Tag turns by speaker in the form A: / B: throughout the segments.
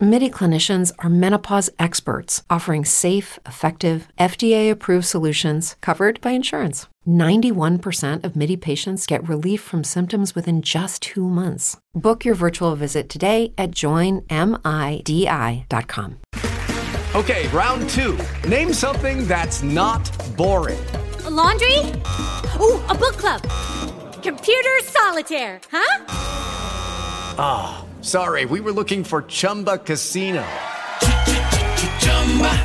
A: MIDI clinicians are menopause experts offering safe, effective, FDA approved solutions covered by insurance. 91% of MIDI patients get relief from symptoms within just two months. Book your virtual visit today at joinmidi.com.
B: Okay, round two. Name something that's not boring.
C: A laundry? Ooh, a book club. Computer solitaire, huh?
B: Ah, sorry, we were looking for Chumba Casino.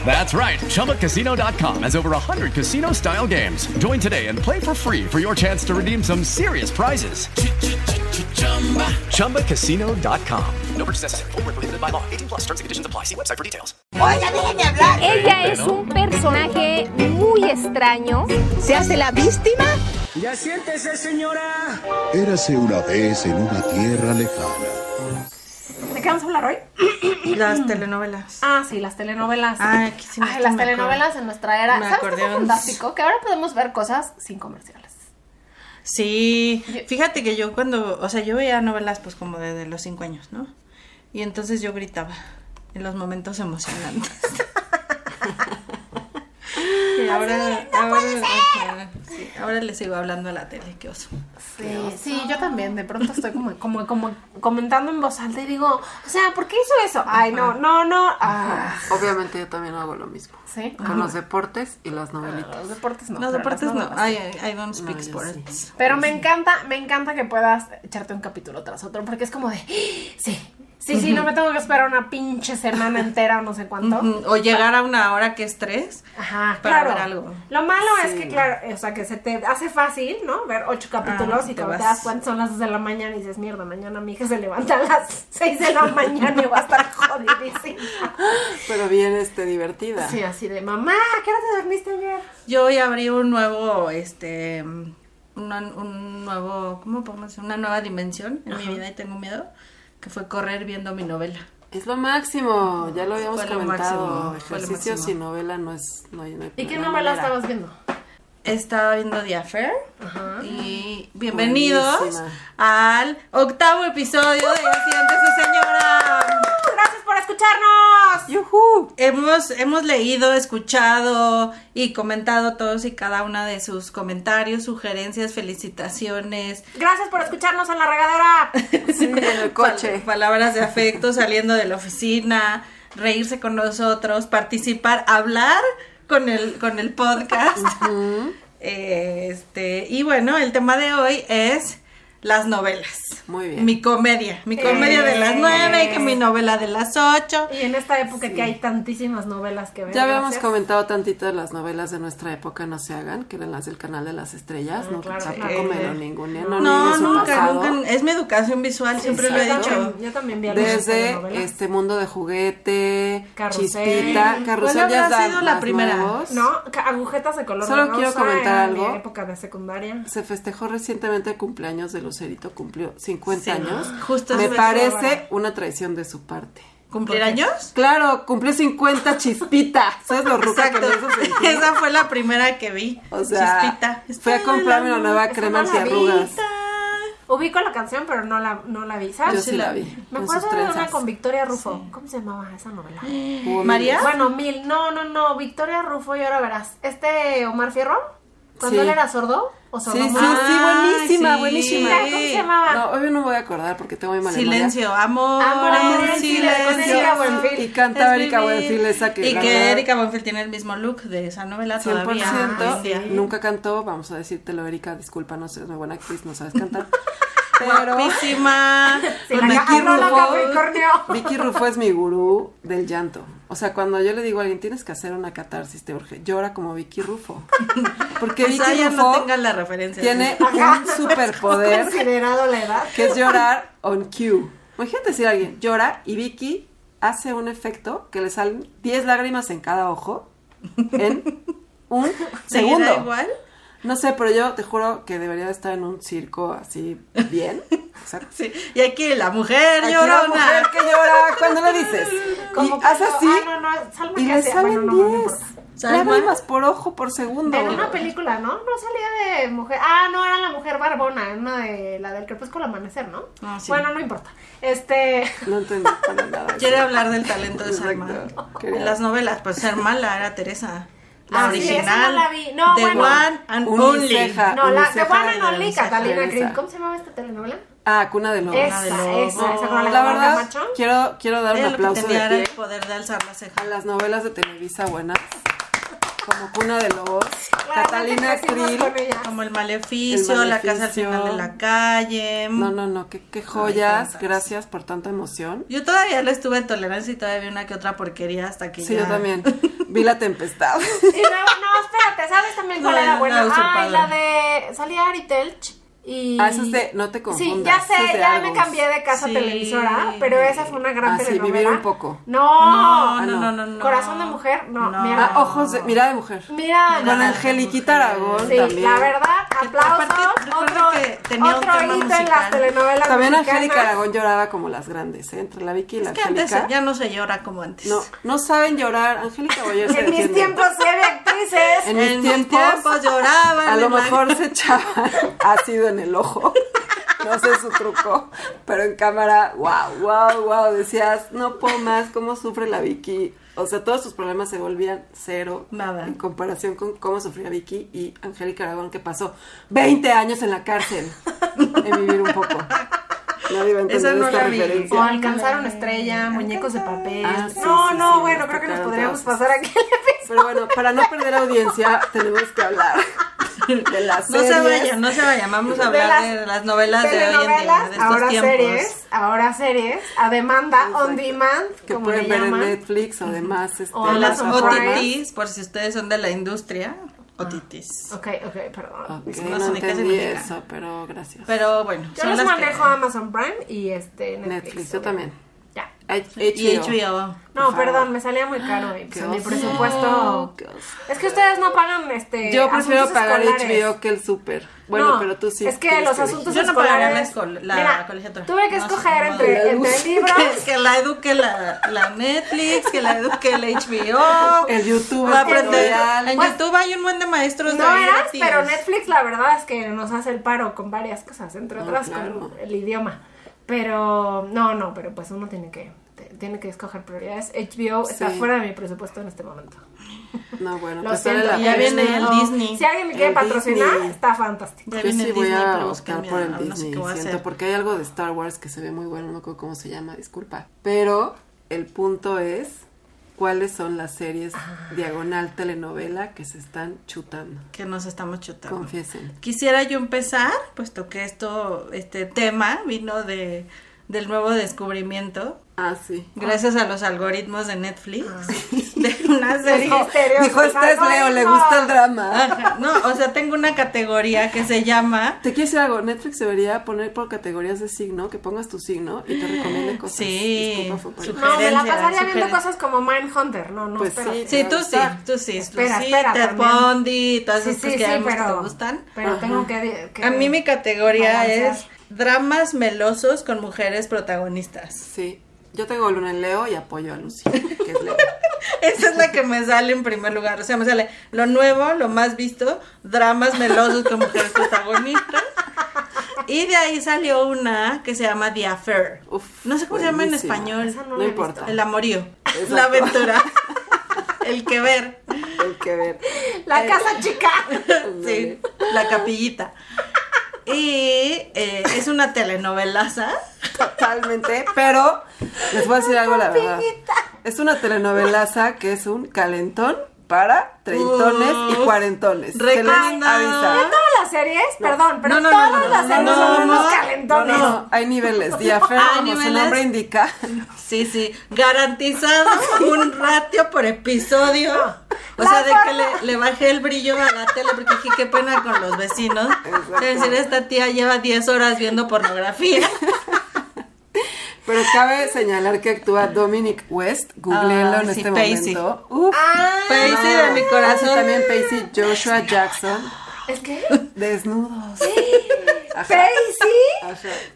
B: That's right, ChumbaCasino.com has over 100 casino style games. Join today and play for free for your chance to redeem some serious prizes. ChumbaCasino.com. No purchase necessary, forward prohibited by law, 18 plus terms and conditions apply. See website for details.
D: Oiga, déjenme hablar.
E: Ella es un personaje muy extraño.
D: ¿Se hace la víctima?
F: Ya siéntese, señora.
G: Érase una vez en una tierra lejana
H: ¿De qué vamos a hablar hoy?
I: Las telenovelas.
H: Ah, sí, las telenovelas.
I: Ay, que sí me
H: Ay,
I: está-
H: las
I: me
H: telenovelas en nuestra era.
I: Me
H: ¿Sabes qué
I: acordé
H: es
I: de
H: lo
I: unos-
H: fantástico? Que ahora podemos ver cosas sin comerciales.
I: Sí, fíjate que yo cuando, o sea, yo veía novelas pues como desde los cinco años, ¿no? Y entonces yo gritaba en los momentos emocionantes. Y ahora, ahora, ajá, sí, ahora les sigo hablando a la tele, qué oso.
H: Sí, sí, yo también. De pronto estoy como, como, como comentando en voz alta y digo, o sea, ¿por qué hizo eso? Ay, no, no, no. Ah,
J: Obviamente yo también hago lo mismo.
H: sí.
J: Con los deportes y las novelitas.
H: Los deportes no.
I: Los
H: pero las
I: deportes no,
H: novelas sí.
I: I, I don't speak
J: No, yo
I: sports.
H: Pero me encanta, me encanta que puedas echarte un capítulo tras otro, porque es como de, sí, sí, sí, no me tengo que esperar una pinche semana entera o no sé cuánto.
I: Mm, O llegar a una hora que es tres.
H: Ajá,
I: para
H: claro.
I: ver algo.
H: Lo malo es que, claro, o sea, que se te hace fácil, ¿no? Ver ocho capítulos
I: Ah,
H: y
I: te
H: cuando te
I: vas.
H: das cuenta son las dos de la mañana y dices, mierda, mañana mi hija se levanta a las seis de la mañana y va a estar jodidísima.
J: Pero bien este, divertida.
H: Sí, así de, mamá, ¿a ¿qué hora te dormiste ayer?
I: Yo hoy abrí un nuevo, este, un, un nuevo, ¿cómo podemos decir? Una nueva dimensión en mi vida y tengo miedo, que fue correr viendo mi novela.
J: Es lo máximo, ya lo habíamos
I: Fue lo
J: comentado.
I: máximo, fue lo
J: Ejercicios
I: máximo.
J: y novela no es. No hay, no hay-
H: ¿Y qué
J: no hay
H: novela
J: manera.
H: estabas viendo?
I: Estaba viendo The Affair y bienvenidos
J: Buenísima.
I: al octavo episodio de Accidente su señora.
H: ¡Gracias por escucharnos!
J: ¡Yujú!
I: Hemos, hemos leído, escuchado y comentado todos y cada una de sus comentarios, sugerencias, felicitaciones,
H: Gracias por escucharnos en la regadera.
J: Sí, en el coche.
I: Pal- palabras de afecto saliendo de la oficina, reírse con nosotros, participar, hablar con el, con el podcast. Eh, este, y bueno, el tema de hoy es las novelas.
J: Muy bien.
I: Mi comedia. Mi comedia de las nueve y que mi novela de las ocho.
H: Y en esta época que hay tantísimas novelas que ver.
J: Ya habíamos
H: gracias.
J: comentado tantito de las novelas de nuestra época, no se hagan, que eran las del canal de las estrellas. no,
H: claro,
J: tampoco
H: claro.
J: me lo ninguneé, no,
I: Ah, No,
J: niegues su
I: nunca,
J: pasado.
I: nunca. Es mi educación visual, siempre lo he
H: Yo
I: dicho.
H: también- Yo también vi algunas
J: Desde
H: telenovelas.
J: este mundo de juguete,
H: Carrusel.
J: chispita, carrusel
I: ¿Cuál
J: ya
I: habrá
J: dan
I: sido la
J: más
I: primera?
J: nuevos.
H: No, ca- agujetas de color
J: Solo
H: rosa
J: quiero comentar
H: en mi
J: algo.
H: época de secundaria.
J: Se festejó recientemente el cumpleaños de Lucerito, cumplió 50
I: Sí,
J: años.
I: justo
J: Me
I: eso me
J: parece
H: acordaba.
J: una traición de su parte.
I: ¿Cumplir años?
J: Claro, cumplió 50 chispita. ¿Sabes lo ruca que
I: Exacto.
J: me hizo sentir?
I: Esa fue la primera que vi.
J: O sea,
I: Chispita.
J: fui a comprarme una nueva
H: Esa
J: crema
H: no la vi.
J: antiarrugas.
H: Ubico la canción, pero no la, no la vi, ¿sabes?
J: Yo sí la vi.
H: Me
J: con sus
H: acuerdo de una
J: trenzas.
H: con Victoria Rufo. ¿Cómo se llamaba esa novela?
J: Hubo
I: María.
H: Bueno, mil. No, no, no. Victoria Rufo y ahora verás. Este Omar Fierro, cuando
J: Sí.
H: él era sordo o sordo
J: Sí, sí,
H: mudo.
J: sí, buenísima,
I: sí.
J: buenísima.
H: Mira, ¿Cómo se llamaba?
J: No, obvio no me voy a acordar porque tengo muy mala
I: Silencio, amor,
H: Amor, amor en silencio, con Erika Buenfil.
J: Y cantaba
I: Es
J: Erika
I: vivir.
J: Buenfil esa que
I: Y
J: la
I: que
J: verdad-
I: Erika Buenfil tiene el mismo look de esa novela
J: memoria.
I: todavía.
J: 100%.
I: hoy en día.
J: Nunca cantó, vamos a decírtelo, Erika, disculpa, no eres muy buena actriz, no sabes cantar. Pero
I: Guapísima.
H: Sí,
I: con
H: la ca-
I: Vicky
H: ah, no, la
I: Rufo.
H: Capricornio.
J: Vicky Rufo es mi gurú del llanto. O sea, cuando yo le digo a alguien, tienes que hacer una catarsis, te urge, llora como Vicky Rufo. Porque
I: Quizá Pues
J: Vicky
I: ya
J: Rufo
I: no tengan la referencia.
J: tiene
H: Ajá.
J: un superpoder
I: Pues
H: Considerado la edad.
J: que es llorar on cue. Imagínate si alguien llora y Vicky hace un efecto que le salen 10 lágrimas en cada ojo en un
I: ¿Seguirá
J: segundo.
I: igual?
J: No sé, pero yo te juro que debería de estar en un circo así bien. O sea,
I: Sí. Y aquí la mujer
J: aquí
I: llorona.
J: la mujer que llora, cuando le dices?
H: Como
J: y haces así
H: cuando- ah, no, no, Salma
J: y
H: que
J: le
H: hacía-
J: salen
H: bueno, no, no
J: 10.
H: importa.
I: Salma.
J: Lágrimas por ojo por segundo.
H: En una película, ¿no? No salía de mujer. Ah, no, era la mujer barbona, en una de la del crepúsculo amanecer, ¿no?
I: Ah, sí.
H: Bueno, no importa. Este.
J: No entendí para nada. eso.
I: Quiere hablar del talento de
J: Exacto.
I: Salma.
J: Quería-
I: En las novelas, pues ser mala era Teresa.
H: Ah,
I: La
H: sí,
I: original.
H: esa no la vi. No,
I: the
H: bueno.
I: one and only.
J: Uniceja.
H: No, la de
J: Uniceja
H: Juana
J: de
H: Noli,
J: Uniceja
H: Catalina
J: Teresa.
H: Creed. ¿Cómo se llamaba esta telenovela?
J: Ah, cuna de lobos.
H: esa,
I: de Lobos.
H: esa, esa con
J: La
H: Alejandra
J: verdad,
H: Camacho.
J: quiero, quiero dar un
I: Era lo que
J: aplauso de
I: tenía era
J: pie
I: el poder de alzar la ceja.
J: a las novelas de Televisa buenas, como Cuna de Lobos,
H: Claramente
J: Catalina
H: crecimos
J: Krill.
H: con ella.
I: Como el maleficio,
J: El
I: la casa al
J: Maleficio.
I: final de la calle.
J: No, no, no, qué, qué
I: Ay,
J: joyas.
I: tantas.
J: Gracias por tanta emoción.
I: Yo todavía le estuve en tolerancia y todavía vi una que otra porquería hasta que
J: Sí,
I: ya-
J: yo también. Vi la tempestad.
H: Y luego, no, espérate, ¿sabes también cuál
I: No,
H: era
I: no,
H: buena?
I: no,
H: Ay, la
I: usurpadora.
H: de. Salía Ari Telch y.
J: Ah, esa es de No te confundas.
H: Sí, ya
J: esa es
H: sé,
J: de
H: ya
J: Argos.
H: me cambié de casa
I: Sí.
H: televisora, pero esa fue una gran
J: Ah, sí,
H: telenovela.
J: vivir un poco.
H: No.
I: No, no,
J: no.
I: no, no, no.
H: Corazón de mujer, no, mira.
J: Ah, ojos de. Mira de mujer.
H: Mira,
J: Con
H: la-
J: Angeliquita Aragón
H: Sí,
J: también.
H: la verdad, aplausos.
I: aparte, recuerda
H: otro
I: que tenía un
H: otro
I: tema
H: hito en las
I: musical.
H: telenovelas
J: También
H: mexicanas.
J: Angélica Aragón lloraba como las grandes, ¿eh? Entre la Vicky y la
I: Es que antes
J: Angélica.
I: ya no se llora como antes.
J: No, no saben llorar. Angélica Boyer se
H: En mis
J: defiende.
H: tiempos se ve actrices.
J: En mis
I: En mis
J: tiempos,
I: tiempos lloraban
J: A lo
I: en la-
J: mejor se echaban ácido en el ojo. No sé su truco, pero en cámara, wow, wow, wow, decías, no puedo más, cómo sufre la Vicky. O sea, todos sus problemas se volvían cero
I: Nada.
J: en comparación con cómo sufría Vicky y Angélica Aragón, que pasó 20 años en la cárcel en vivir un poco. Nadie va a entender
I: Esa no
J: esta
I: la vi.
H: O
J: referencia.
H: alcanzaron estrella, muñecos de papel.
J: Ah, sí,
H: no,
J: sí,
H: no,
J: sí,
H: bueno,
J: nos
H: creo que nos
J: tocaron
H: podríamos
J: todas.
H: pasar aquí el episodio.
J: Pero bueno, para no perder audiencia, tenemos que hablar de las
I: No se
J: series.
I: vayan, no se vayan. Vamos a hablar de las, novelas de hoy en día,
H: telenovelas,
I: de estos
H: ahora
I: tiempos.
H: series, ahora series, a demanda, on demand,
J: que
H: como le
J: pueden ver en
H: llaman.
J: Netflix o demás este,
H: O en
I: Las
H: las plataformas.
I: OTTs, por si ustedes son de la industria. OTTs.
H: Ok, ok, perdón.
J: Ah, Ok,
I: Son
J: no
I: las únicas en
J: entendí
I: México.
J: eso, pero gracias.
I: Pero bueno,
H: Yo
I: son
H: les
I: las que-
H: manejo Amazon Prime y este Netflix.
J: Netflix, yo
H: obviamente.
J: también.
H: Ya.
J: H-
I: Y
J: HBO.
I: HBO.
H: No,
J: Por favor. Ah,
H: perdón, me salía muy caro eh, pues,
J: Qué
H: mi
J: oso.
H: presupuesto.
J: Qué oso.
H: Es que ustedes no pagan
I: Eh,
H: este.
J: Yo prefiero
H: asuntos
J: pagar
H: escolares.
J: HBO que el super. Bueno,
H: No,
J: pero tú sí.
H: Es que
J: tienes
H: los
J: elegir.
H: asuntos
I: Yo no pagaría la
H: escolares.
I: escol- la colegiatura.
H: Tuve que
I: No sé,
H: escoger
I: no.
H: entre,
J: La luz.
H: entre libros.
I: Que, que la eduque la, la Netflix, que la eduque el HBO.
J: El YouTube,
I: Va a
J: el
I: aprender.
J: tutorial.
I: En
H: Pues,
I: YouTube hay un buen de maestros de
H: No
I: ahí
H: eras,
I: gratis.
H: pero Netflix la verdad es que nos hace el paro con varias cosas, entre otras
J: Ah, claro.
H: con el idioma. Pero no, no, pero pues uno tiene que te- tiene que escoger prioridades. HBO está
J: Sí.
H: fuera de mi presupuesto en este momento.
J: No, bueno,
H: Lo
J: pues
H: siento.
J: vale la
I: Y ya
J: pena.
I: viene el
H: No,
I: Disney.
H: Si alguien me quiere
J: El
H: patrocinar,
J: Disney.
H: está fantástico.
I: Ya
J: Yo
I: viene
J: sí
I: el
J: voy
I: Disney
J: a
I: Plus, que
J: optar
I: me-
J: por el
I: no sé
J: Disney,
I: qué voy a
J: siento,
I: hacer.
J: porque hay algo de Star Wars que se ve muy bueno, no recuerdo cómo se llama, disculpa. Pero el punto es, ¿cuáles son las series
I: Ah.
J: diagonal telenovela que se están chutando?
I: que nos estamos chutando.
J: Confiesen.
I: Quisiera yo empezar, puesto que esto, este tema vino de, del nuevo descubrimiento,
J: Ah, sí.
I: gracias a los algoritmos de Netflix,
J: Ah.
I: de una serie.
H: misterios,
J: Dijo, este es Leo, le gusta el drama.
I: Ajá, No, o sea, tengo una categoría que se llama...
J: Te quiero decir algo, Netflix debería poner por categorías de signo, que pongas tu signo y te recomiende cosas.
I: Sí.
J: Pues, Disculpa, fue por-
I: Su-
H: No, me la
I: Sugerencias,
H: pasaría viendo
I: sugerencias.
H: cosas como Mindhunter. No, no,
J: Pues sí,
H: espérate.
I: Sí, tú sí,
J: Espera,
I: tú sí, tú
H: espera,
I: sí,
H: espera,
I: Ted
H: también.
I: Bundy, todas
H: Sí,
I: esas
H: sí,
I: que ya
H: sí,
I: vimos que
H: pero,
I: te gustan.
H: pero tengo que, que-
I: A mí mi categoría
H: balancear.
I: es dramas melosos con mujeres protagonistas.
J: Sí. Yo tengo Luna en Leo y apoyo a Lucy, que es Leo.
I: Esa es la que me sale en primer lugar. O sea, me sale lo nuevo, lo más visto, dramas melosos con mujeres protagonistas. Y de ahí salió una que se llama The Affair.
J: Uf,
I: no sé cómo se llama en
J: buenísima.
I: español.
J: no la he importa. visto.
I: El amorío.
J: Exacto.
I: La aventura. El que ver. Eh,
J: Hay que ver.
H: La casa chica.
I: Sí, la capillita. Y eh, es una telenovelaza.
J: Totalmente, pero les voy a decir algo la verdad. Es una telenovelaza que es un calentón para treintones y
I: Uf.
J: cuarentones. Se les
I: Recomendado.
J: avisa.
H: Todas las series, perdón, pero
I: No, no, no,
H: todas
I: no, no,
H: las
I: no,
H: series
I: no,
H: son
I: no,
H: unos
I: no,
H: calentones.
J: No, no, hay niveles. Y Afer,
I: Hay
J: como su
I: niveles.
J: nombre indica,
I: Sí, sí, garantizado un ratio por episodio. O
H: Ah. La
I: sea, de que
H: forma-
I: le, le bajé el brillo a la tele porque dije, qué pena con los vecinos.
J: Exacto.
I: Es decir, esta tía lleva 10 horas viendo pornografía.
J: Pero cabe señalar que actúa Dominic West, googleenlo
I: Ah,
J: en
I: sí,
J: este
I: Pacey.
J: momento. Ah, Uf,
I: Paisy de mi
J: Y
I: corazón.
J: también Pacey Joshua Jackson.
H: ¿Es que?
J: Desnudos.
H: Paisy.
J: Ajá.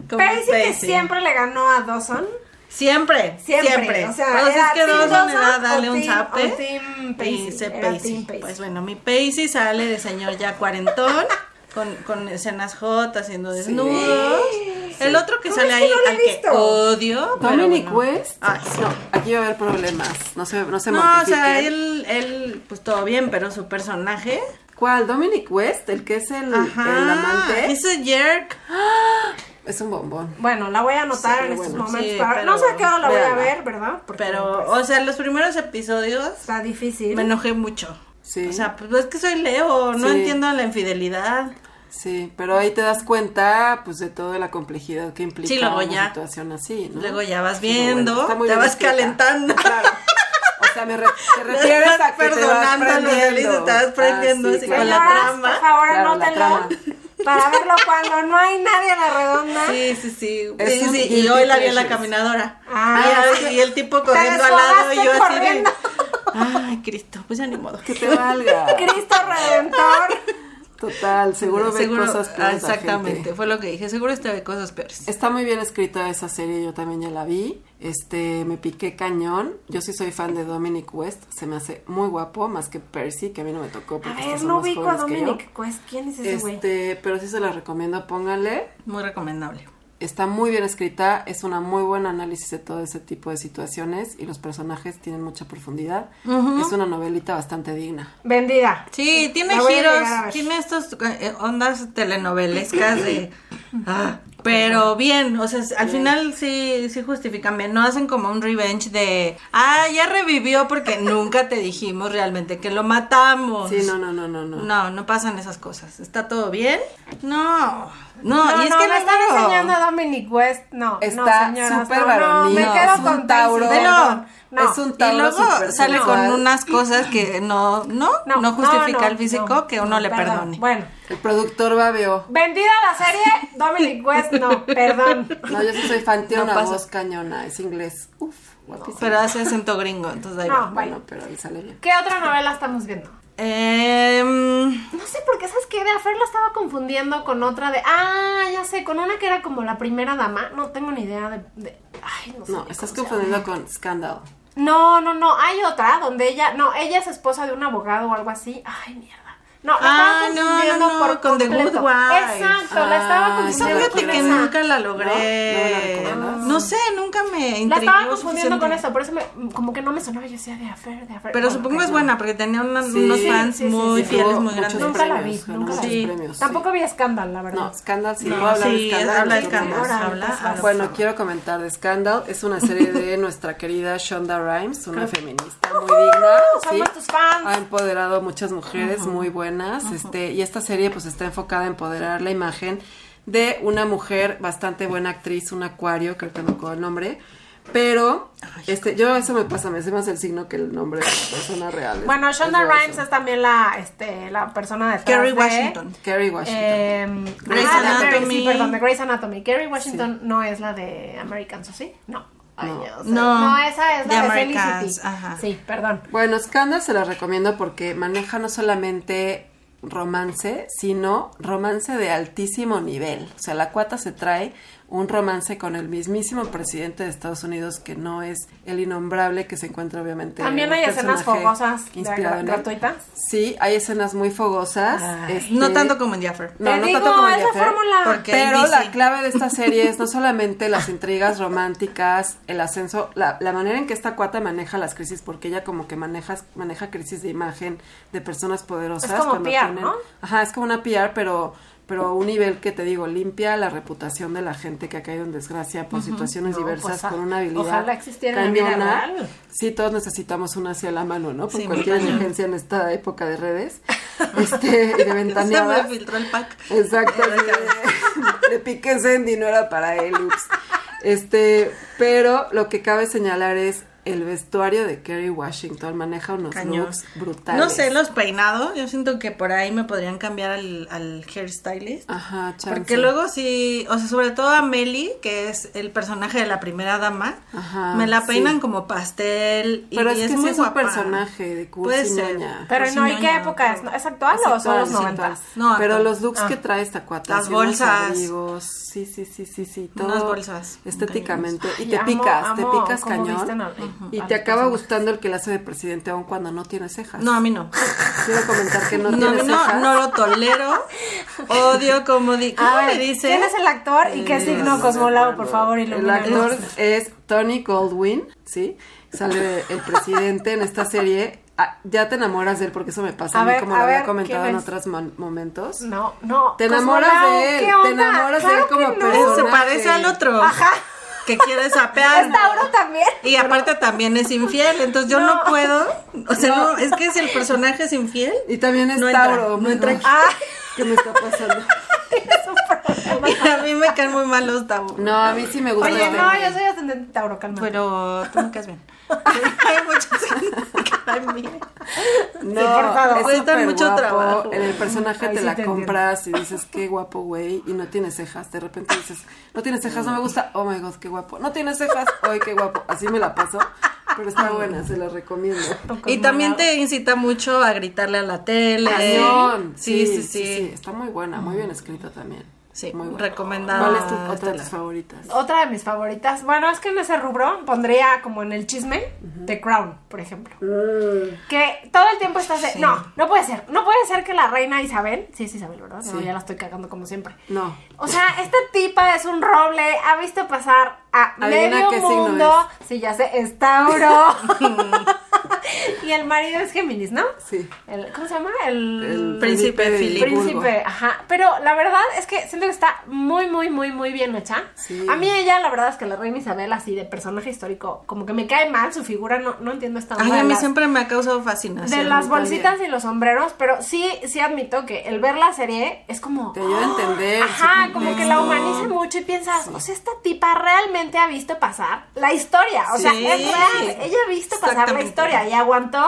I: Como
H: Paisy que
I: Paisy.
H: siempre le ganó a Dawson.
I: Siempre, siempre.
H: Siempre. O sea,
I: Entonces
H: era
I: que
H: Team
I: dos
H: Dawson
I: era darle
H: o
I: un
H: team-
I: zape.
H: o team Paisy.
I: Y se
H: Era
I: Paisy.
H: team Paisy.
I: Pues bueno, mi Paisy sale de señor ya cuarentón, con, con escenas hot, haciendo desnudos. El otro que
H: ¿Cómo
I: sale
H: es que
I: ahí,
H: no lo he
I: al que
H: visto?
I: odio. pero
J: Dominic
I: bueno.
J: West.
I: Ay,
J: Ah, no, aquí va a haber problemas. No se, no se
I: No, o
J: mortifiquen.
I: sea, él, él, pues todo bien, pero su personaje.
J: ¿Cuál? Dominic West, el que es el, el amante. Es...
I: Ese jerk.
J: un bombón.
H: Bueno, la voy a anotar
J: Sí,
H: en estos
J: bueno,
H: momentos.
I: sí,
H: para-
I: pero-
H: no sé a qué hora la
J: véanla.
H: voy a ver, ¿verdad? Porque
I: Pero,
H: pues,
I: o sea, los primeros episodios
H: está difícil.
I: me enojé mucho.
J: Sí.
I: O sea, pues es que soy Leo, no
J: Sí.
I: entiendo la infidelidad.
J: Sí, pero ahí te das cuenta, pues, de toda la complejidad que implica
I: Sí, luego
J: una
I: ya.
J: situación así, ¿no?
I: Luego ya vas
J: Pero bueno,
I: viendo,
J: está muy
I: te
J: bien
I: vas
J: escrita.
I: calentando.
J: Claro. O sea, me re- te refieres
I: Estás
J: a que te vas
I: perdonando lo que le
J: prendiendo.
I: hizo, te vas prendiendo
J: Ah, sí,
I: así
J: claro.
I: con la
H: Señoras,
I: trama.
H: Por favor,
J: Claro, la
H: anótenlo.
J: trama.
H: Para verlo cuando no hay nadie a la redonda.
I: Sí, sí, sí.
J: Es
I: Sí,
J: un
I: sí, Y
J: guilty
I: hoy la vi en la
J: pleasures.
I: caminadora.
H: Ah.
I: y, y el tipo corriendo al lado y yo así de.
H: corriendo.
I: Ay, Cristo, pues ya ni modo.
J: Que te valga.
H: Cristo Redentor.
J: Total, seguro ve cosas
I: ah,
J: peores. la
I: Exactamente,
J: gente.
I: fue lo que dije. Seguro este ve cosas peores.
J: Está muy bien escrita esa serie, yo también ya la vi. Este, me piqué cañón. Yo sí soy fan de Dominic West, se me hace muy guapo, más que Percy, que a mí no me tocó
H: A
J: porque estos
H: ver,
J: son
H: no
J: más
H: ubico a
J: jóvenes que yo.
H: Dominic Quest. ¿Quién es ese güey?
J: Este, pero sí se la recomiendo, póngale.
I: Muy recomendable.
J: Está muy bien escrita, es una muy buena análisis de todo ese tipo de situaciones y los personajes tienen mucha profundidad. Es una novelita bastante digna.
H: Vendida.
I: Sí, tiene
H: La voy a llegar a
I: giros,
H: ver.
I: tiene estas eh, ondas telenovelescas de... ah, pero bien, o sea, al final sí, sí justifican bien, no hacen como un revenge de, ah, ya revivió porque nunca te dijimos realmente que lo matamos.
J: Sí, no, no, no, no, no.
I: Oh, No, no pasan esas cosas. ¿Está todo bien? No, no,
H: No,
I: y es
H: no,
I: que
H: me están
I: luego-
H: enseñando a Dominic West. No,
J: Está
H: no, señoras,
J: súper
H: no,
J: varonil.
H: No,
J: No,
H: me quedo
J: es un
H: con
J: Tauro.
H: Tauro. No,
J: No, es un Tauro
I: y luego
J: supersexual.
I: sale con unas cosas que no, no, no, justifica
H: no,
I: el físico
H: no,
I: que uno
H: no,
I: le
H: perdón.
I: perdone.
H: Bueno,
J: El productor babeó.
H: vendida la serie, Dominic West, no, perdón.
J: No, yo sí soy fan, tiene
I: No
J: una
I: pasa.
J: voz cañona, es inglés. Uf, guapísimo.
I: Pero hace acento gringo, entonces ahí
H: No,
I: va.
H: bueno.
J: Bueno, pero ahí sale bien.
H: ¿Qué otra novela estamos viendo?
I: Em,
H: No sé por qué, ¿sabes qué? De a Fer la estaba confundiendo con otra de. Ah, ya sé, con una que era como la primera dama. No tengo ni idea de. de- ay, no sé.
J: No, estás confundiendo con Scandal.
H: No, no, no. Hay otra donde ella. No, ella es esposa de un abogado o algo así. Ay, mierda. No, la
I: Ah,
H: estaba
I: no,
H: confundiendo
I: no, no,
H: por
I: con The Good
H: completo.
I: Wife.
H: Exacto, la estaba
J: Ah,
I: esa
H: confundiendo
I: fíjate
H: con
I: que
H: esa.
I: nunca la
J: ¿No? ¿No
I: logré.
J: la recomiendas?
I: No, sé, nunca me
H: La
I: intrigó.
H: estaba confundiendo con
I: suficiente.
H: eso, por eso me, como que no me sonaba. Yo decía de Afer, de Afer.
I: Pero supongo que es buena porque tenía una-
J: Sí,
I: unos
J: sí,
I: fans
H: sí, sí,
I: muy
H: sí.
I: fieles,
J: Tuvo
I: muy
J: muchos
I: grandes.
H: Nunca la vi,
J: premios, ganó
H: nunca la
J: muchos
H: vi.
J: premios, sí.
H: Tampoco vi escándalo, la verdad.
J: No, Scandal sí,
I: No,
J: luego habla
I: sí,
J: de Scandal.
I: habla de
J: pero
I: Scandal,
J: bueno.
I: habla,
H: pues,
I: habla.
J: Bueno, quiero comentar de Scandal. Es una serie de nuestra querida Shonda Rhimes, una feminista muy digna.
H: somos tus fans.
J: Ha empoderado a muchas mujeres muy buenas. este, y esta serie pues está enfocada a empoderar la imagen de una mujer bastante buena actriz, un acuario, creo que no me acuerdo el nombre. Pero, este, yo eso me pasa, me hace más el signo que el nombre de la persona real. Es-
H: Bueno,
J: es
H: Shonda
J: de eso.
H: Rhimes es también la, este, la persona detrás de
I: Kerry Washington.
J: Kerry Washington.
H: Eh,
I: Grey's
H: ah, de Grey's,
I: Anatomy.
H: sí, perdón, de Grey's Anatomy. Kerry Washington no es la de Americans, ¿o sí? No. Ay,
J: No.
H: ya sé.
I: No.
H: No, esa es la de,
I: De Americans,
H: Felicity.
I: ajá.
H: Sí, perdón.
J: Bueno, Scandal se los recomiendo porque maneja no solamente romance, sino romance de altísimo nivel. O sea, la cuata se trae un romance con el mismísimo presidente de Estados Unidos, que no es el innombrable que se encuentra obviamente.
H: También
J: el
H: hay escenas
J: personaje
H: fogosas de-
J: inspirado en él.
H: gratuitas.
J: Sí, hay escenas muy fogosas. este-
I: No tanto como en Jaffer.
J: no,
H: Te
J: no
H: digo,
J: tanto como en
H: es la
J: Jaffer,
H: fórmula.
I: Porque
J: pero
I: ahí
J: la
I: dice.
J: clave de esta serie es no solamente las intrigas románticas, el ascenso, la, la manera en que esta cuata maneja las crisis, porque ella como que maneja, maneja crisis de imagen de personas poderosas.
H: Es como
J: cuando
H: PR,
J: tienen-
H: ¿no?
J: Ajá, es como una PR, pero pero a un nivel que te digo limpia la reputación de la gente que ha caído en desgracia por situaciones diversas
H: pues,
J: con una habilidad
H: ojalá existiera en la vida real.
J: Sí, todos necesitamos una hacia la mano, ¿no? Por
I: Sí,
J: cualquier
I: muy cañón.
J: emergencia en esta época de redes este, y de
I: Se me
J: ventaneadas.
I: filtró el pack.
J: Exacto. sí. Le piqué Sandy, no era para él. ups. Este, pero lo que cabe señalar es el vestuario de Kerry Washington maneja unos
I: Cañón.
J: looks brutales.
I: No sé, los peinados. Yo siento que por ahí me podrían cambiar al, al hairstylist.
J: Ajá, chance.
I: Porque luego sí, o sea, sobre todo a Meli, que es el personaje de la primera dama,
J: Ajá,
I: me la peinan
J: sí.
I: como pastel. Y,
J: Pero
I: y
J: es que sí es un
I: guapa.
J: personaje de cursi
I: Puede ser.
J: ñoña.
H: Pero
I: Pues
H: no,
I: sí,
H: ¿y
I: no,
H: qué
I: no,
H: época es? ¿No? ¿Es actual o son los
J: Actual, sí,
H: noventas?
J: actual.
I: No,
J: pero
I: actual.
J: los looks
H: Ah.
J: que trae esta cuata,
I: Las
J: así, unos
I: bolsas.
J: abrigos, sí, sí, sí, sí, sí, todo
I: Unas bolsas.
J: estéticamente y
H: Ay,
J: te
H: amo-
J: picas,
H: amo
J: te picas
H: cómo visten
J: cañón
H: a- Ujú.
J: y
H: a
J: te
H: los
J: acaba
H: personajes.
J: gustando el que la hace de presidente aun cuando no tiene cejas.
I: No, a mí no.
J: Quiero comentar que no,
I: No, a
J: tiene
I: mí no,
J: cejas.
I: no lo tolero. Odio como di ¿cómo
H: A ver,
I: le dicen?
H: ¿quién es el actor y qué signo cosmolado, por favor,
J: El
H: ilumina?
J: actor es Tony Goldwyn, ¿sí? Sale el presidente en esta serie. Ah, ya te enamoras de él porque eso me pasa a,
H: A
J: mí,
H: ver,
J: como
H: a
J: lo había
H: ver,
J: comentado
H: ¿quién
J: en
H: es?
J: otros mon- momentos.
H: No, no.
J: Te enamoras
H: Cosmolao,
J: de él,
H: ¿qué
J: te
H: onda?
J: enamoras de él
H: Claro que
J: como
H: no.
J: persona.
I: se parece al otro. Ajá. Que quiere sapear.
H: ¿Es Tauro también?
I: Y aparte también es infiel, entonces yo no, puedo. O sea, no, es que si el personaje es infiel.
J: Y también es
I: No entra,
J: Tauro.
I: no entra aquí.
J: Ah. ¿Qué me está pasando?
I: A mí me caen muy mal los tabú.
J: No, a mí sí me gusta.
H: Oye,
J: este.
H: no, yo soy ascendente Tauro, calma.
I: Pero tú me caes bien. Hay muchas que me caen bien.
J: No,
H: Sí, por favor.
J: es
I: Cuesta
J: súper
I: mucho
J: guapo,
I: trabajo.
J: En el personaje
H: Ahí
J: te
H: sí
J: la
H: te entiendo.
J: compras y dices, qué guapo, güey. Y no tiene cejas. De repente dices, no tiene cejas, no me gusta. Oh my god, qué guapo. No tiene cejas, hoy qué guapo. Así me la paso. Pero está buena, se la recomiendo.
I: Y también te incita mucho a gritarle a la tele.
J: Cañón.
I: Sí, sí, sí.
J: Está muy buena, muy bien escrita también.
I: Sí, Este,
J: muy buena.
I: recomendada.
J: ¿Cuál es tu, otra de
I: tela.
J: tus favoritas?
H: Otra de mis favoritas. Bueno, es que en ese rubro pondría como en el chisme The Crown, por ejemplo.
J: Mm.
H: Que todo el tiempo estás de. No, no puede ser. No puede ser que la reina Isabel. Sí, es Isabel, ¿verdad? No,
J: Sí.
H: ya la estoy cagando como siempre.
J: No.
H: O sea, esta tipa es un roble. Ha visto pasar a
J: Adivina
H: medio
J: qué signo
H: mundo. Sí, ya sé, es Tauro. y el marido es Géminis, ¿no?
J: Sí.
H: El- ¿Cómo se llama? El,
I: Príncipe
J: de
I: Filipe.
J: Edimburgo.
H: Príncipe, ajá. Pero la verdad es que siento que está muy, muy, muy, muy bien hecha.
J: Sí.
H: A mí ella, la verdad es que la reina Isabel, así de personaje histórico, como que me cae mal su figura, no, no entiendo esta
I: Ay,
H: onda
I: a
H: de
I: mí
H: las-
I: siempre me ha causado
H: de
I: fascinación.
H: las bolsitas y los sombreros, pero sí, sí admito que el ver la serie es como... ¡ah!
J: Te ayuda a entender.
H: Ajá,
J: su
H: como que
J: contexto.
H: la humaniza mucho y piensas, o sea, esta tipa realmente ha visto pasar la historia. O sea,
I: Sí.
H: es real. Ella ha visto pasar la
I: Exactamente.
H: historia y aguantó,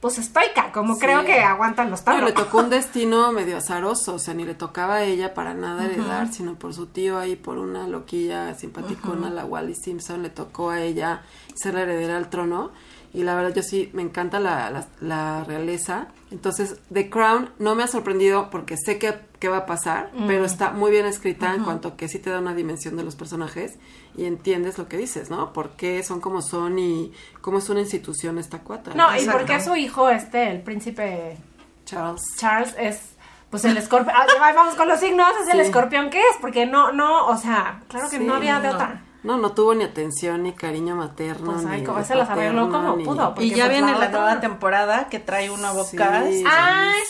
H: pues estoica, como creo que aguantan los
J: No,
H: Tauro.
J: le tocó un destino medio azaroso, o sea, ni le tocaba a ella para nada heredar, sino por su tío ahí, por una loquilla simpaticona, la Wally Simpson, le tocó a ella ser la heredera al trono. Y la verdad, yo sí, me encanta la, la- la realeza. Entonces, The Crown no me ha sorprendido porque sé que, que va a pasar, pero está muy bien escrita en cuanto que sí te da una dimensión de los personajes y entiendes lo que dices, ¿no? Por qué son como son y cómo es una institución esta cuata.
H: No, y
I: Exacto.
H: porque su hijo, este, el príncipe
J: Charles.
H: Charles, es pues el escorpión. Ah, ya vamos con los signos, es el
J: Sí.
H: escorpión que es, porque no, no, o sea, claro que
J: Sí,
H: no había de
J: no.
H: otra.
J: No, no tuvo ni atención, ni cariño materno.
H: Pues ay,
J: ni
H: como se las arregló
J: paterno,
H: como
J: ni-
H: pudo. porque,
I: Y ya
H: pues,
I: viene la
H: otra-
I: nueva temporada que trae un nuevo
J: Sí.
I: cast.
H: Ah, eso
J: buenísimo.